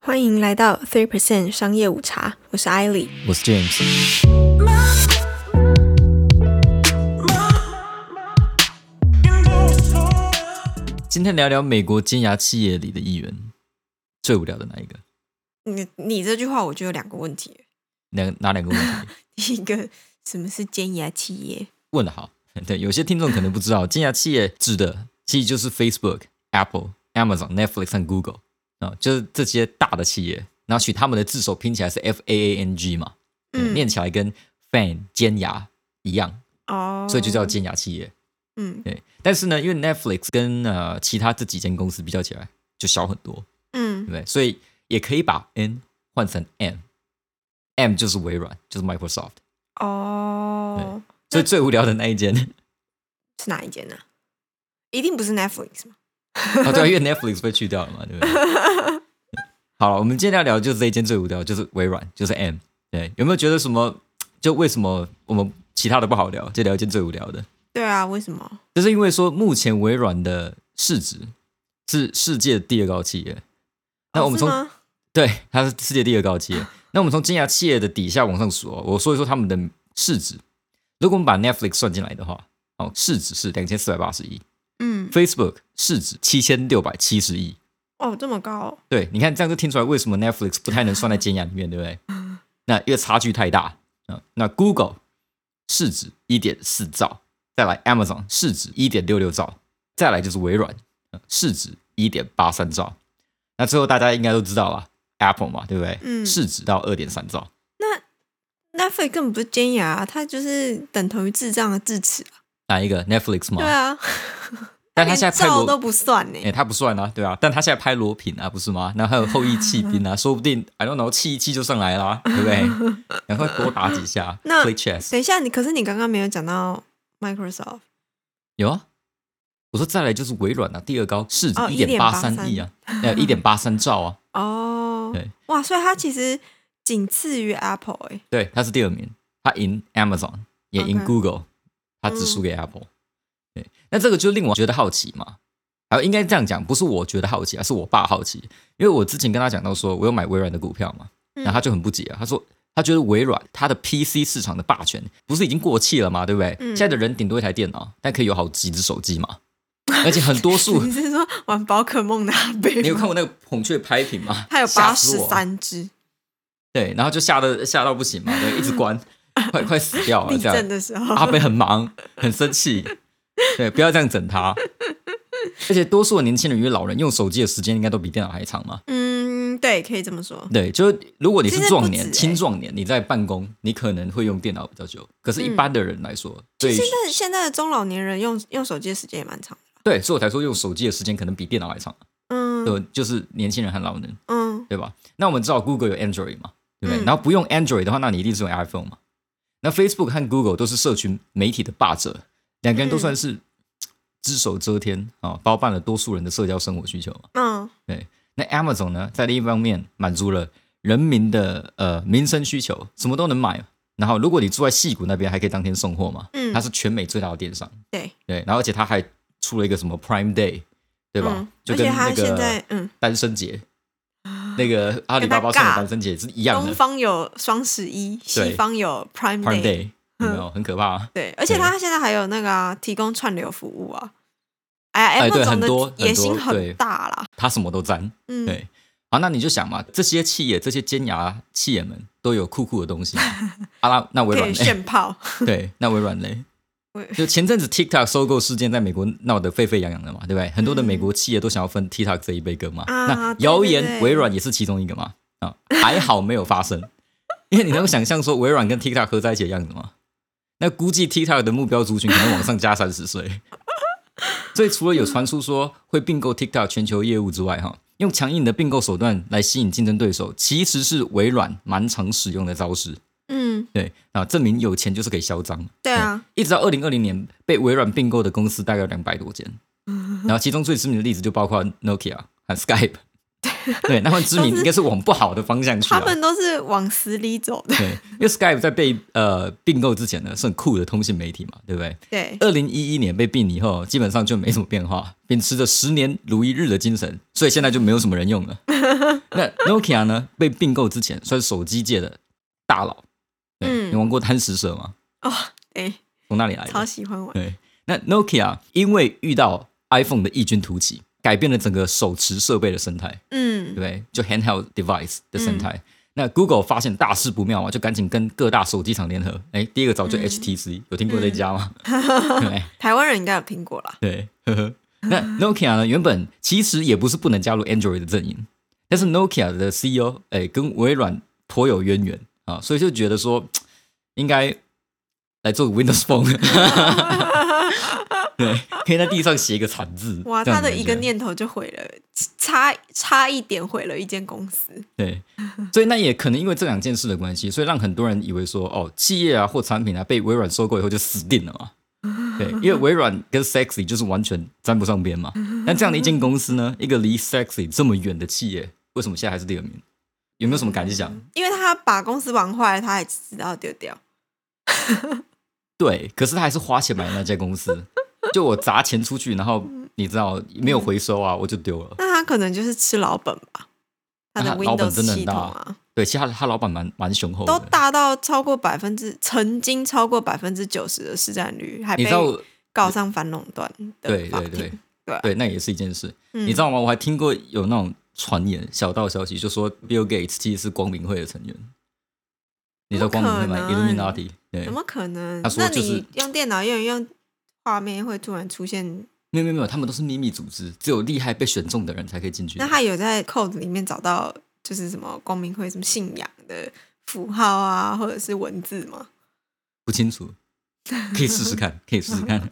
欢迎来到 Three Percent 商业午茶，我是艾莉。我是 James。今天聊聊美国尖牙企业里的议员，最无聊的哪一个？你你这句话我就有两个问题，哪哪两个问题？第一个，什么是尖牙企业？问的好。 对，有些听众可能不知道，尖牙企业指的其实就是 Facebook、Apple、Amazon、Netflix 和 Google 啊、就是这些大的企业，然后取他们的字首拼起来是 F A A N G 嘛，嗯念起来跟 fan 尖牙一样，哦，所以就叫尖牙企业。嗯对，但是呢，因为 Netflix 跟呃其他这几间公司比较起来就小很多，对嗯不对？所以也可以把 N 换成 M，M 就是微软，就是 Microsoft。哦，所以最无聊的那一间， 是哪一间呢、啊一定不是 Netflix 吗？哦对啊，因为 Netflix 被去掉了嘛，对不 对？好了，我们今天要聊就是这一间最无聊，就是微软，就是 M。对，有没有觉得什么？就为什么我们其他的不好聊，就聊一件最无聊的？对啊，为什么？就是因为说，目前微软的市值是世界第二高企业。那哦我们是从、吗对，它是世界第二高企业。那我们从尖牙企业的底下往上数哦，我说一说他们的市值。如果我们把 Netflix 算进来的话，哦，市值是两千四百八十亿嗯，Facebook 市值七千六百七十亿。哦这么高哦对，你看这样就听出来为什么 Netflix 不太能算在尖牙里面，对不对？那因为差距太大啊。那 Google 市值一点四兆，再来 Amazon 市值一点六六兆，再来就是微软呃市值一点八三兆。那最后大家应该都知道了，Apple 嘛，对不对？嗯市值到二点三兆。 ，Netflix 根本不是尖牙、它就是等同于智障的智齿、啊。哪一个 Netflix 嘛？对啊，哦但 他现在拍照都罗，不算呢、哎、他不算啊，对啊，但他现在拍罗品啊，不是吗？然后还有后羿弃兵啊，说不定 I don't know，气一气就上来啦，对不 对？赶快多打几下那，play chess。等一下，你可是你刚刚没有讲到 Microsoft 有啊，我说再来就是微软啊，第二高市值哦一点八三亿啊，呃，一点八三兆啊，哦对，哇，所以它其实仅次于 Apple 哎、对，它是第二名，它赢 Amazon，也赢 OK Google，它只输给 Apple。对，那这个就令我觉得好奇嘛。啊，应该这样讲，不是我觉得好奇啊，是我爸好奇，因为我之前跟他讲到说，我有买微软的股票嘛，嗯然后他就很不解啊，他说他觉得微软它的 PC 市场的霸权不是已经过气了嘛，对不对？嗯现在的人顶多一台电脑，但可以有好几只手机嘛，而且很多 数你是说玩宝可梦的阿贝吗？你有看过那个孔雀拍 屏吗？它有吓八死十我！三只，对，然后就吓得吓到不行嘛，对，一直 关，快快死掉了地这震样。的时候，哦阿北很忙，很生气，对，不要这样整 他。而且多数的年轻人与老人用手机的时间应该都比电脑还长嘛。嗯，对，可以这么说，对，就是如果你是壮年、其实不止欸青壮年，你在办公，你可能会用电脑比较久。可是，一般的人来说，对现在现在的中老年人用用手机的时间也蛮长的，对，所以我才说用手机的时间可能比电脑还长。嗯对，就是年轻人和老人，嗯对吧？那我们知道 Google 有 Android 嘛，对不对？嗯然后不用 Android 的话，那你一定是用 iPhone 嘛。那 Facebook 和 Google 都是社群媒体的霸者，两个人都算是嗯嘖只手遮天啊、包办了多数人的社交生活需求嘛。嗯那 Amazon 呢，在另一方面满足了人民的呃民生需求，什么都能买。然后，如果你住在戏谷那边，还可以当天送货嘛。嗯它是全美最大的电商。对对，然后而且它还出了一个什么 Prime Day，对吧？嗯就跟而且它那现个在嗯单身节，那个阿里巴巴送的单身节是一样东的方有双十一，西对方有 Prime Prime Day，嗯 Day，有没有很可怕、啊？对，而且对它现在还有那个啊提供串流服务啊，哎呀哎对，Amazon 很多的野很多心对很大啦，他什么都沾。嗯，对好，那你就想嘛，这些企业、这些尖牙企业们都有酷酷的 东西。啊，那那微可软以嘞？炫炮，对，那微软嘞微？就前阵子 TikTok 收购事件在美国闹得沸沸扬扬的嘛，对不对？很多的美国企业都想要分 TikTok 这一杯羹嘛。啊那对谣对言对微软也是其中一个嘛。啊，还好没有发生， 因为你能够想象说微软跟 TikTok 合在一起的样子吗？那估计 TikTok 的目标族群可能往上加三十岁。 所以除了有传出说会并购 TikTok 全球业务之外，哈，用强硬的并购手段来吸引竞争对手，其实是微软蛮常使用的招式。 嗯，对啊，证明有钱就是可以嚣张。对啊，一直到二零二零年，被微软并 购的公司大概有两百多间，然后其中最知名的例子就包括 Nokia 和 Skype。对，那份知名应该是往不好的方向去、他啊。们都是往死里走的。对，因为 Skype 在被呃并购之前呢，是很酷的通信媒体嘛，对不对？对，二零一一年被并以后，基本上就没什么变化，秉持着十年如一日的精神，所以现在就没有什么人 用了。那 Nokia 呢，被并购之前算是手机界的大佬，对，嗯你玩过贪食蛇吗？ 哦，哎，从哪里来的超？喜欢玩。对，那 Nokia 因为遇到 iPhone 的异军突起，改变了整个手持设备的生态，对嗯，不对？就 handheld device 的生态。那 Google 发现大事不妙啊，就赶紧跟各大手机厂联合。哎，第一个找就 HTC，、有听过这家吗？对台湾人应该有听过啦。对，呵呵。那 Nokia 呢，原本其实也不是不能加入 Android 的阵营，但是 Nokia 的 CEO 哎跟微软颇有渊源啊，所以就觉得说应该来做个 Windows Phone。对，可以在地上写一个惨字。哇，这样他的感一觉个念头就毁了，差差一点毁了一间公司。对， 所以那也可能因为这两件事的关系，所以让很多人以为说，哦，企业啊或产品啊被微软收购以后就死定了嘛。对，因为微软跟 sexy 就是完全沾不上边嘛。那这样的一间公司呢，一个离 sexy 这么远的企业，为什么现在还是第二名？有没有什么感想？嗯因为他把公司玩坏了，他还知道丢掉。对，可是他还是花钱买了那家公司。就我砸钱出去，然后你知道没有回收啊，我就丢了。那他可能就是吃老本吧，他的那他老本 Windows 真的很系大统啊，对，其实他他老板蛮蛮雄厚的，都大到超过百分之，曾经超过百分之九十的市占率，还你被知道告上反垄断对的法对对庭。对啊对，那也是一件事。嗯你知道吗？我还听过有那种传言、小道消息，就说 Bill Gates 其实是光明会的成员。你知道光明会不吗可能？Illuminati。对怎，么可能他？说那就是你用电脑用一用画面会突然出现？没有没有没有，他们都是秘密组织，只有厉害被选中的人才可以进去的。那他有在 code 里面找到就是什么光明会什么信仰的符号啊，或者是文字吗？不清楚，可以试试看，可以试试看。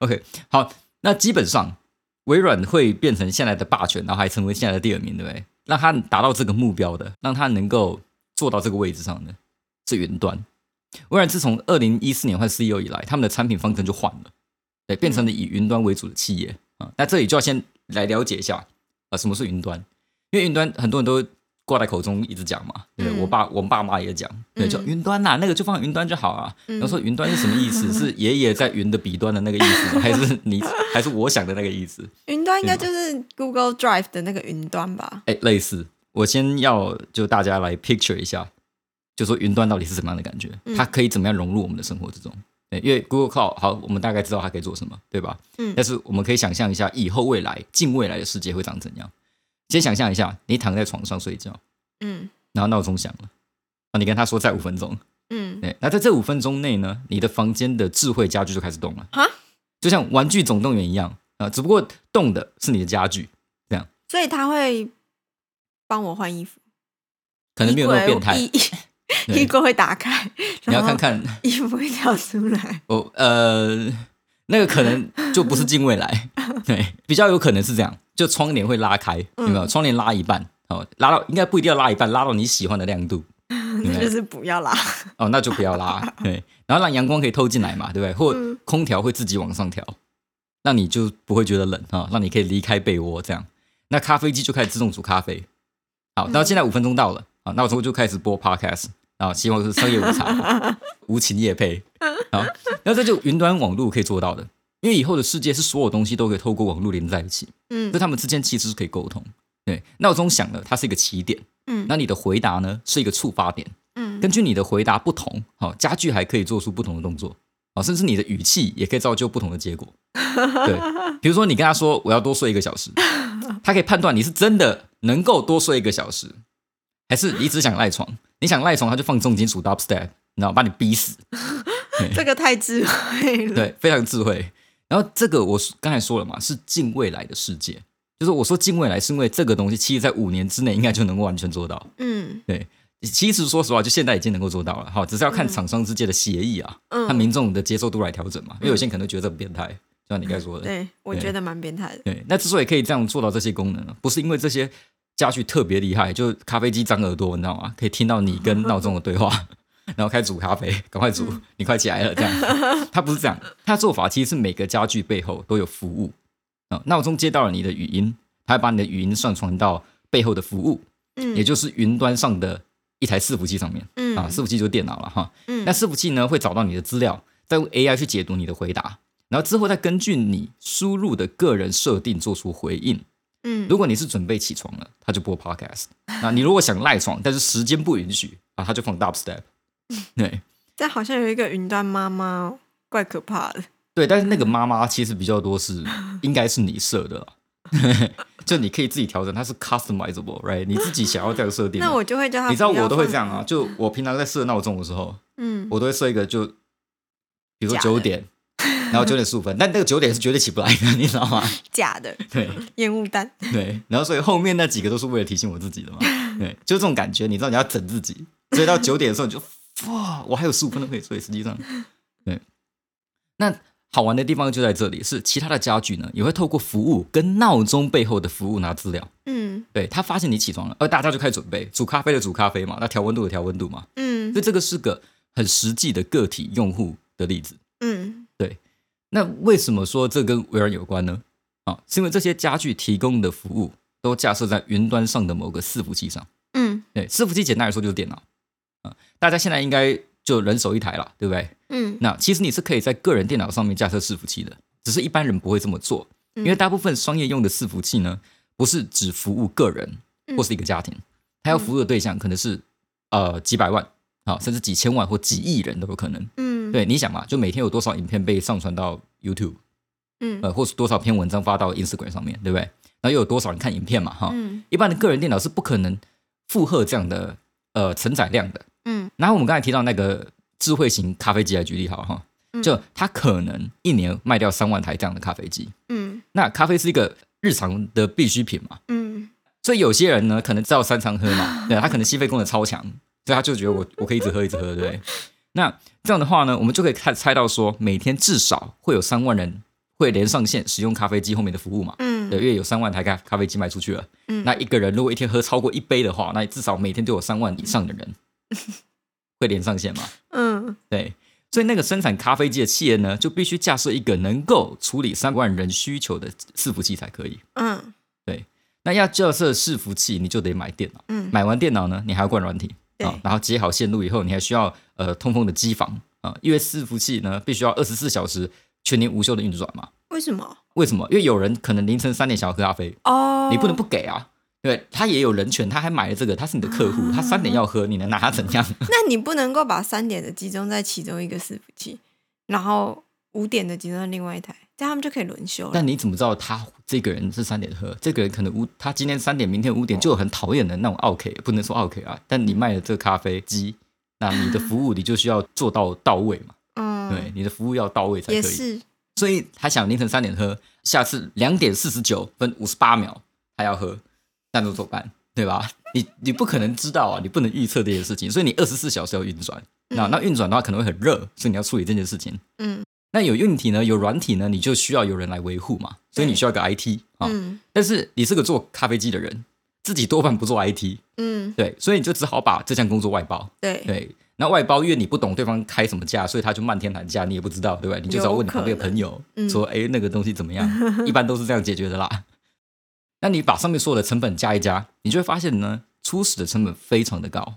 OK，好，那基本上微软会变成现在的霸权，然后还成为现在的第二名，对不对？让他达到这个目标的，让他能够坐到这个位置上的，是云端。微软自从二零一四年换 CEO 以来，他们的产品方针就换了，对，变成了以云端为主的企业啊、那这里就要先来了解一下啊、什么是云端？因为云端很多人都挂在口中一直讲嘛，对不嗯对、我爸我爸妈也讲，对，就嗯云端呐、那个就放云端就好啊。嗯然后说云端是什么意 思？是爷爷在云的彼端的那个意思吗，还是你还是我想的那个意思？云端应该对啊就是 Google Drive 的那个云端吧？哎，类似。我先要就大家来 picture 一下，就说云端到底是什么样的感觉，嗯它可以怎么样融入我们的生活之中。对因为 Google Cloud 好，我们大概知道它可以做什么，对吧？嗯但是我们可以想象一下，以后未来近未来的世界会长怎样？先想象一下，你躺在床上睡觉，嗯然后闹钟响了，啊，你跟他说再五分钟，嗯，对，那在这五分钟内呢，你的房间的智慧家具就开始动了哈，就像《玩具总动员》一样啊、只不过动的是你的家具，所以他会帮我换衣服，可能没有那么变态。衣 对衣衣柜会打开，你要然后看看衣服会跳出 来。哦，呃，那个可能就不是近未 来，对，比较有可能是这样，就窗帘会拉开，有没嗯有？窗帘拉一半，哦，拉到应该不一定要拉一半，拉到你喜欢的亮度，对那就是不要啦。哦，那就不要拉， 对，然后让阳光可以透进来嘛，对不对？或空调会自己往上调，让你就不会觉得冷啊、让你可以离开被窝这样。那咖啡机就开始自动煮咖啡，好，到现在五分钟到了啊，那我就就开始播 podcast 啊，希望是深夜无茶，无情夜配好，那这就云端网络可以做到的，因为以后的世界是所有东西都可以透过网络连在一起，嗯所以他们之间其实是可以沟通。对，闹钟响了，它是一个起点，嗯那你的回答呢是一个触发点。嗯根据你的回答不同，好、家具还可以做出不同的动作，啊、甚至你的语气也可以造就不同的结果。对，比如说你跟他说我要多睡一个小时，他可以判断你是真的能够多睡一个小时，还是你只想赖床。你想赖床，他就放重金属 dubstep，你知道，把你逼死。这个太智慧了。对，非常智慧。然后这个我是刚才说了嘛，是近未来的世界。就是我说近未来，是因为这个东西其实在五年之内应该就能够完全做到。嗯其实说实话，就现在已经能够做到了，好，只是要看厂商之间的协议啊，嗯，看民众的接受度来调整嘛。因为有些人可能觉得这很变态，就像你刚才说的，对，我对觉得蛮变态的。对。那之所以可以这样做到这些功能，不是因为这些家具特别厉害，就是咖啡机长耳朵，你知道吗？可以听到你跟闹钟的 对话，然后开始煮咖啡，赶快煮，嗯你快起来了这 样。它不是这样，它的做法其实是每个家哦具背后都有服务啊、闹钟接到了你的语音，它会把你的语音上传到。背后的服务，嗯，也就是云端上的一台伺服器上面嗯啊，伺服器就是电脑了哈。嗯那伺服器呢会找到你的资料，再用 AI 去解读你的回答，然后之后再根据你输入的个人设定做出回应。嗯如果你是准备起床了，它就播 podcast；那你如果想赖床，但是时间不允许啊，它就放 dubstep。对嗯但好像有一个云端妈妈、哦，怪可怕的。对，但是那个妈妈其实比较多是应该是你设的啦， 就你可以自己调整，它是 customizable，right？你自己想要这样设定 嘛。那我就会叫他，你知道我都会这样啊，，就我平常在设闹钟的时候，嗯，我都会设一个就，比如说假的九点，然后九点十五分，但 那个九点是绝对起不来的，你知道吗？假的对烟雾弹，对，然后所以后面那几个都是为了提醒我自己的嘛，对，就这种感觉，你知道你要整自己，所以到九点的时候你就哇，我还有十五分钟可以睡，实际上，对，那。好玩的地方就在这里，是其他的家具呢也会透过服务跟闹钟背后的服务拿资料。嗯对他发现你起床了，而呃大家就开始准备煮咖啡的煮咖啡嘛，那调温度的调温度嘛，嗯所以这个是个很实际的个体用户的例子。嗯那为什么说这跟微软有关呢？啊，是因为这些家具提供的服务都架设在云端上的某个伺服器上。嗯对，伺服器简单来说就是电脑。啊，大家现在应该就人手一台啦，对不对？嗯那其实你是可以在个人电脑上面架设伺服器的，只是一般人不会这么做，嗯因为大部分商业用的伺服器呢，不是只服务个人嗯或是一个家庭，它要服务的对象可能是呃几百万啊，甚至几千万或几亿人都有可能。嗯，对，你想嘛，就每天有多少影片被上传到 YouTube，嗯呃，或是多少篇文章发到 Instagram 上面，对不对？然后又有多少人看影片嘛，哈。嗯一般的个人电脑是不可能负荷这样的呃承载量的。嗯拿我们刚才提到那个智慧型咖啡机来举例好了哈，嗯就它可能一年卖掉三万台这样的咖啡机。嗯那咖啡是一个日常的必需品嘛，嗯所以有些人呢可能知道三餐喝 嘛，对，他可能吸肺功能超强，所以他就觉得我我可以一直喝一直喝，对不对？那这样的话呢，我们就可以看猜到说，每天至少会有三万人会连上线使用咖啡机后面的服务嘛。嗯对，因为有三万台咖咖啡机卖出去了。嗯那一个人如果一天喝超过一杯的话，那至少每天都有三万以上的 人会连上线嘛？嗯对，所以那个生产咖啡机的企业呢，就必须架设一个能够处理三万人需求的伺服器才可以。嗯那要架设伺服器，你就得买电脑。嗯买完电脑呢，你还要灌软体对啊、然后接好线路以后，你还需要呃通风的机房啊、因为伺服器呢必须要二十四小时全年无休的运转嘛。为什么？为什么？因为有人可能凌晨三点想要喝咖啡，哦，你不能不给啊。对他也有人权，他还买了这个，他是你的客哦户，他三点要喝，你能拿他怎 样？那你不能够把三点的集中在其中一个伺服器，然后五点的集中在另外一台，这样他们就可以轮休了。但你怎么知道他这个人是三点喝？这个人可能五，他今天三点，明天五点，就有很讨厌的那种 OK，不能说 OK 啊。但你卖了这个咖啡机，那你的服务你就是要做到到位嘛，嗯，对，，你的服务要到位才也可以。是，所以他想凌晨三点喝，下次两点四十九分五十八秒他要喝，那能怎么办？对吧？你你不可能知道啊，你不能预测这件事情，所以你二十四小时要运转。那那运转的话可能会很热，所以你要处理这件事情。嗯那有硬体呢，有软体呢，你就需要有人来维护嘛，所以你需要一个 IT 啊。嗯但是你是个做咖啡机的人，自己多半不做 IT，嗯，对，所以你就只好把这项工作外包。对，对，那外包因为你不懂对方开什么价，所以他就漫天喊价，你也不知道，对吧？你就只好问你旁边的朋友能嗯说：“哎、那个东西怎么样？” 一般都是这样解决的啦。那你把上面所有的成本加一加，你就会发现呢，初始的成本非常的高，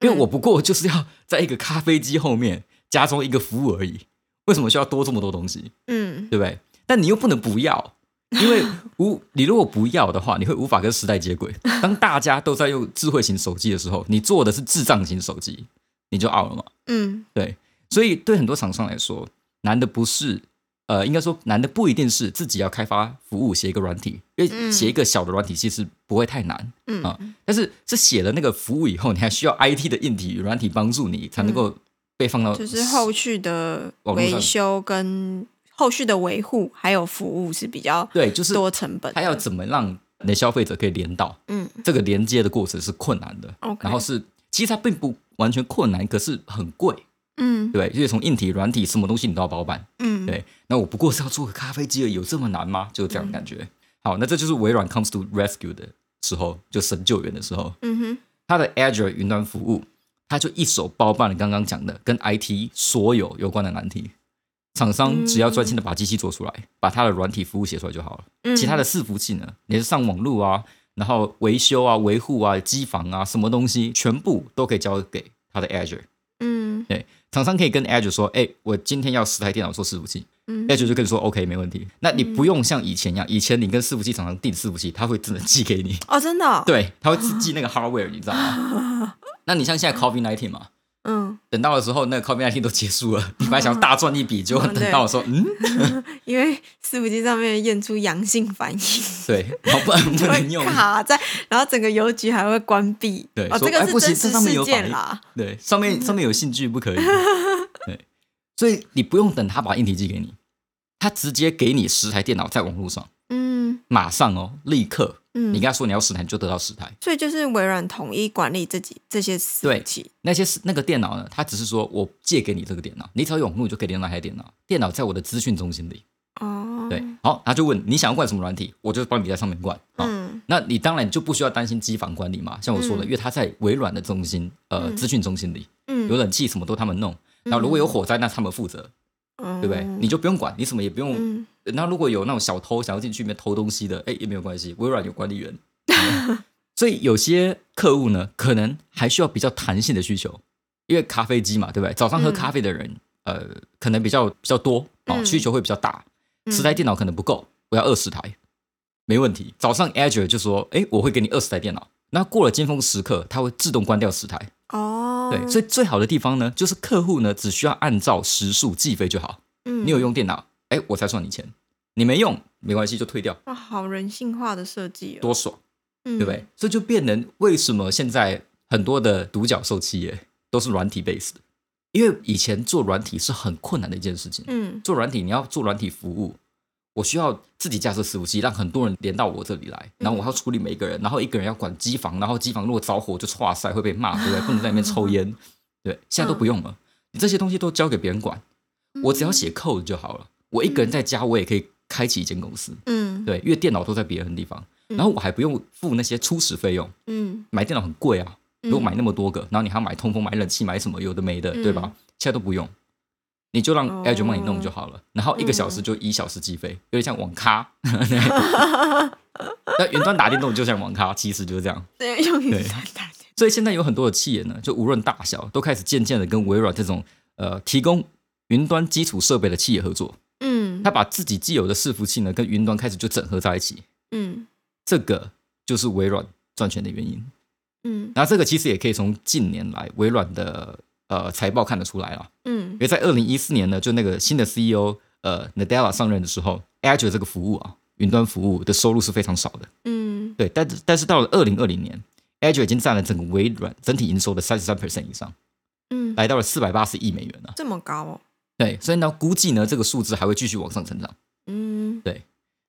因为我不过就是要在一个咖啡机后面加装一个服务而已，为什么需要多这么多东西？嗯对不对？但你又不能不要，因为无 你如果不要的话，你会无法跟时代接轨。当大家都在用智慧型手机的时候，你做的是智障型手机，你就 out 了嘛？嗯对，所以对很多厂商来说，难的不是呃，应该说难的不一定是自己要开发服务写一个软体，因为嗯写一个小的软体其实不会太难，嗯啊但是是写了那个服务以后，你还需要 IT 的硬体与软体帮助你，才能够被放到嗯就是后续的网络上维修跟后续的维护还有服务是比较对，就是多成本它。要怎么让你的消费者可以连到。嗯这个连接的过程是困难的。 ，OK，然后是，其实它并不完全困难，可是很贵，嗯对，因为从硬体、软体什么东西你都要包办，嗯对。那我不过是要做个咖啡机而已，有这么难吗？就是这样的感觉。好，那这就是微软 comes to rescue 的时候，就神救援的时候，嗯哼它的 Azure 云端服务，它就一手包办了刚刚讲的跟 IT 所有有关的难题。厂商只要专心的把机器做出来，把它的软体服务写出来就好了。嗯，其他的伺服器呢，你是上网路啊，然后维修啊、维护啊、机房啊，什么东西全部都可以交给他的 Azure。嗯对，厂商可以跟 Azure 说：“哎、我今天要十台电脑做伺服器。嗯 Azure 就跟你说：“OK，没问题。”那你不用像以前一样，以前你跟伺服器厂商订伺服器，他会真的寄 给你，哦，真的、哦，，对，他会自寄那个 hardware，你知道吗？ 那你像现在 COVID nineteen 嘛，嗯，等到的时候，那个 COVID nineteen 都结束 了，你本来想要大赚一笔，结果嗯对等到的时候，嗯，因为伺服器上面验出阳性反应， 对，然后不然不就能会用，卡在，然后整个邮局还会关闭。对哦，说这个哎是不行真这实上面事有件反应啦。对，上面上面有兴趣不可以，对，所以你不用等他把硬体寄给你，他直接给你十台电脑在网络上，嗯马上哦，立刻，嗯，你跟他说你要十台，你就得到十台。所以就是微软统一管理自己这些伺服对器。那些是那个电脑呢，他只是说我借给你这个电脑，你只要有网络就可以连到那台电脑，电脑在我的资讯中心里，哦，对，好，他就问你想要灌什么软体，我就帮你在上面灌啊。嗯那你当然就不需要担心机房管理嘛，像我说的，嗯因为它在微软的中心，呃，嗯资讯中心里有嗯，冷气什么都他们弄。那如果有火灾，那他们负责，对对不对？你就不用管，你什么也不用。嗯那如果有那种小偷想要进去里面偷东西的，哎，也没有关系，微软有管 理员。所以有些客户呢，可能还需要比较弹性的需求，因为咖啡机嘛，对不对？早上喝嗯咖啡的人，呃，可能比较比较多哦，嗯需求会比较大。嗯十台电脑可能不够，我要二十台，没问题。早上 Azure 就说，哎，我会给你二十台电脑。那过了尖峰时刻，它会自动关掉十台。哦，对，所以最好的地方呢，就是客户呢只需要按照时数计费就好。以你有用电脑，哎，我才算你钱。你没用没关系，就退掉，哇，好人性化的设计哦，多爽，对对不对？？所以就变成为什么现在很多的独角兽企业都是软体 base 的，因为以前做软体是很困难的一件事情。嗯做软体，你要做软体服务，我需要自己架设伺服器，让很多人连到我这里来，然后我要处理每一个人，然后一个人要管机房，然后机房如果着火就哇塞会被骂，对不对？不能在里面抽烟，对，现在都不用了，你这些东西都交给别人管，我只要写 code 就好了，我一个人在家我也可以开启一间公司，嗯对，因为电脑都在别人的地方，嗯然后我还不用付那些初始费用，嗯，买电脑很贵啊，如果买那么么多个，然后你还要买通风、买冷气、买什么有的没的，嗯对吧？现在都不用，你就让哦嗯 Azure 帮你弄就好了。然后一个小时就一小时计费，有点像网咖。 那云端打电动就像网咖，其实就是这样。对用云对端打电所以现在有很多的企业呢，就无论大小，都开始渐渐的跟微软这种呃提供云端基础设备的企业合作。嗯他把自己既有的伺服器呢跟云端开始就整合在一起，嗯这个就是微软赚钱的原因。嗯那这个其实也可以从近年来微软的呃财报看得出来了，嗯因为在二零一四年呢，就那个新的 CEO 呃 Nadella 上任的时候，Azure 这个服务啊，云端服务的收入是非常少的，嗯对，但但是到了二零二零年，Azure 已经占了整个微软整体营收的三十三 percent 以上，嗯，来到了四百八十亿美元啊，这么高哦，对，所以呢，估计呢这个数字还会继续往上成长，嗯，对。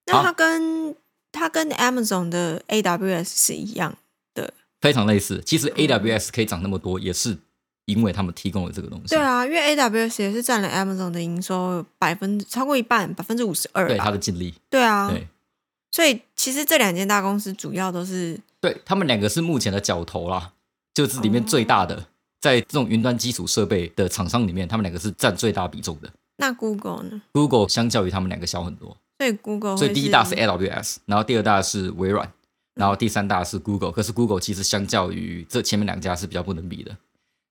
那好它跟它跟 Amazon 的 AWS 是一样，非常类似。其实嗯 AWS 可以涨那么多，也是因为他们提供了这个东西，对啊，因为 AWS 也是占了 Amazon 的营收百分超过一半，百分之五十二对吧它。的尽力，对啊，对。所以其实这两间大公司主要都是对他们两个是目前的角头啦，就是里面最大的，哦在这种云端基础设备的厂商里面，他们两个是占最大比重的。那 Google 呢， Google 相较于他们两个小很多，所以 Google 所以会第一大是 AWS，然后第二大是微软，然后第三大是 Google。可是 Google 其实相较于这前面两家是比较不能比的。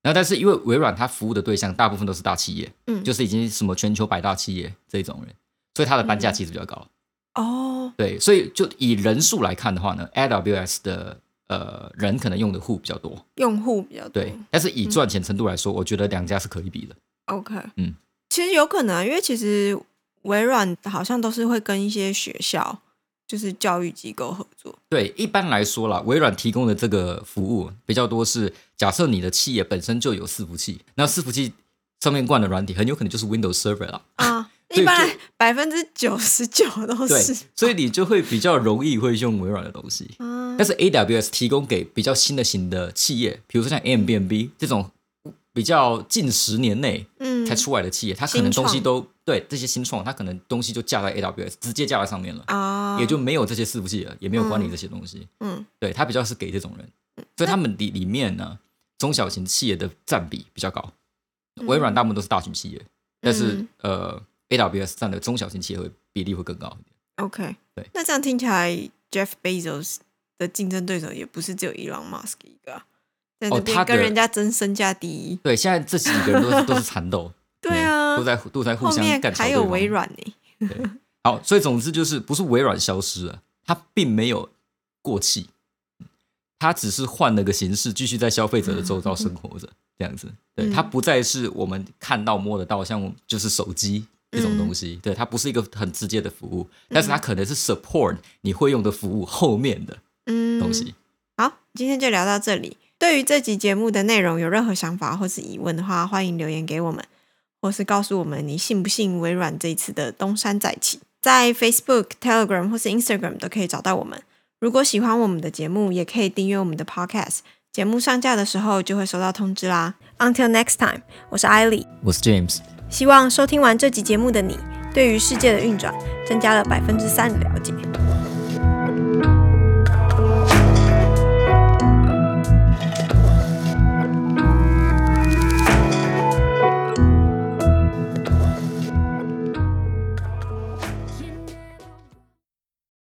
然后，但是因为微软它服务的对象大部分都是大企业，嗯就是已经什么全球百大企业这种人，所以它的单价其实比较高。哦，对，所以就以人数来看的话呢，AWS 的呃人可能用的户比较多，用户比较多。对，但是以赚钱程度来说，我觉得两家是可以比的。 OK，嗯，其实有可能啊，因为其实微软好像都是会跟一些学校，就是教育机构合作。 对，一般来说啦，微软提供的这个服务比较多是，假设你的企业本身就有伺服器，那伺服器上面灌的软体很有可能就是 Windows Server 啦。啊，对一般就 百分之九十九都对哦是，所以你就会比较容易会用微软的东西。啊但，是 AWS 提供给比较新的型的企业，比如说像 Airbnb 这种比较近十年内嗯才出来的企业，它可能新创东西都对这些新创，它可能东西就架在 AWS，直接架在上面了。啊，也就没有这些伺服器了，也没有管理嗯这些东西。嗯对，它比较是给这种人，所以他们里里面呢，中小型企业的占比比较高。微软大部分都是大型企业，但是嗯呃，AWS 占的中小型企业会比例会更高一点。 OK，对那这样听起来，Jeff Bezos 的竞争对手也不是只有伊朗马斯克一个、啊，在哦那边他的跟人家争身价第一。对，现在这几个人都是都是缠斗， 对啊嗯都，在都在互后相面干。还有微。软呢、好，所以总之就是不是微软消失了，它并没有过气，嗯它只是换了个形式，继续在消费者的周遭生活着，这样子。对，嗯它不再是我们看到摸得到，像就是手机。这种东西，对它不是一个很直接的服务，但是它可能是 support 你会用的服务后面的嗯，东西。好，今天就聊到这里。对于这集节目的内容有任何想法或是疑问的话，欢迎留言给我们，或是告诉我们你信不信微软这一次的东山再起。在 Facebook、Telegram 或是 Instagram 都可以找到我们。如果喜欢我们的节目，也可以订阅我们的 Podcast。节目上架的时候就会收到通知啦。Until next time，我是艾莉。我是 James，希望收听完这集节目的你，对于世界的运转增加了百分之三的了解。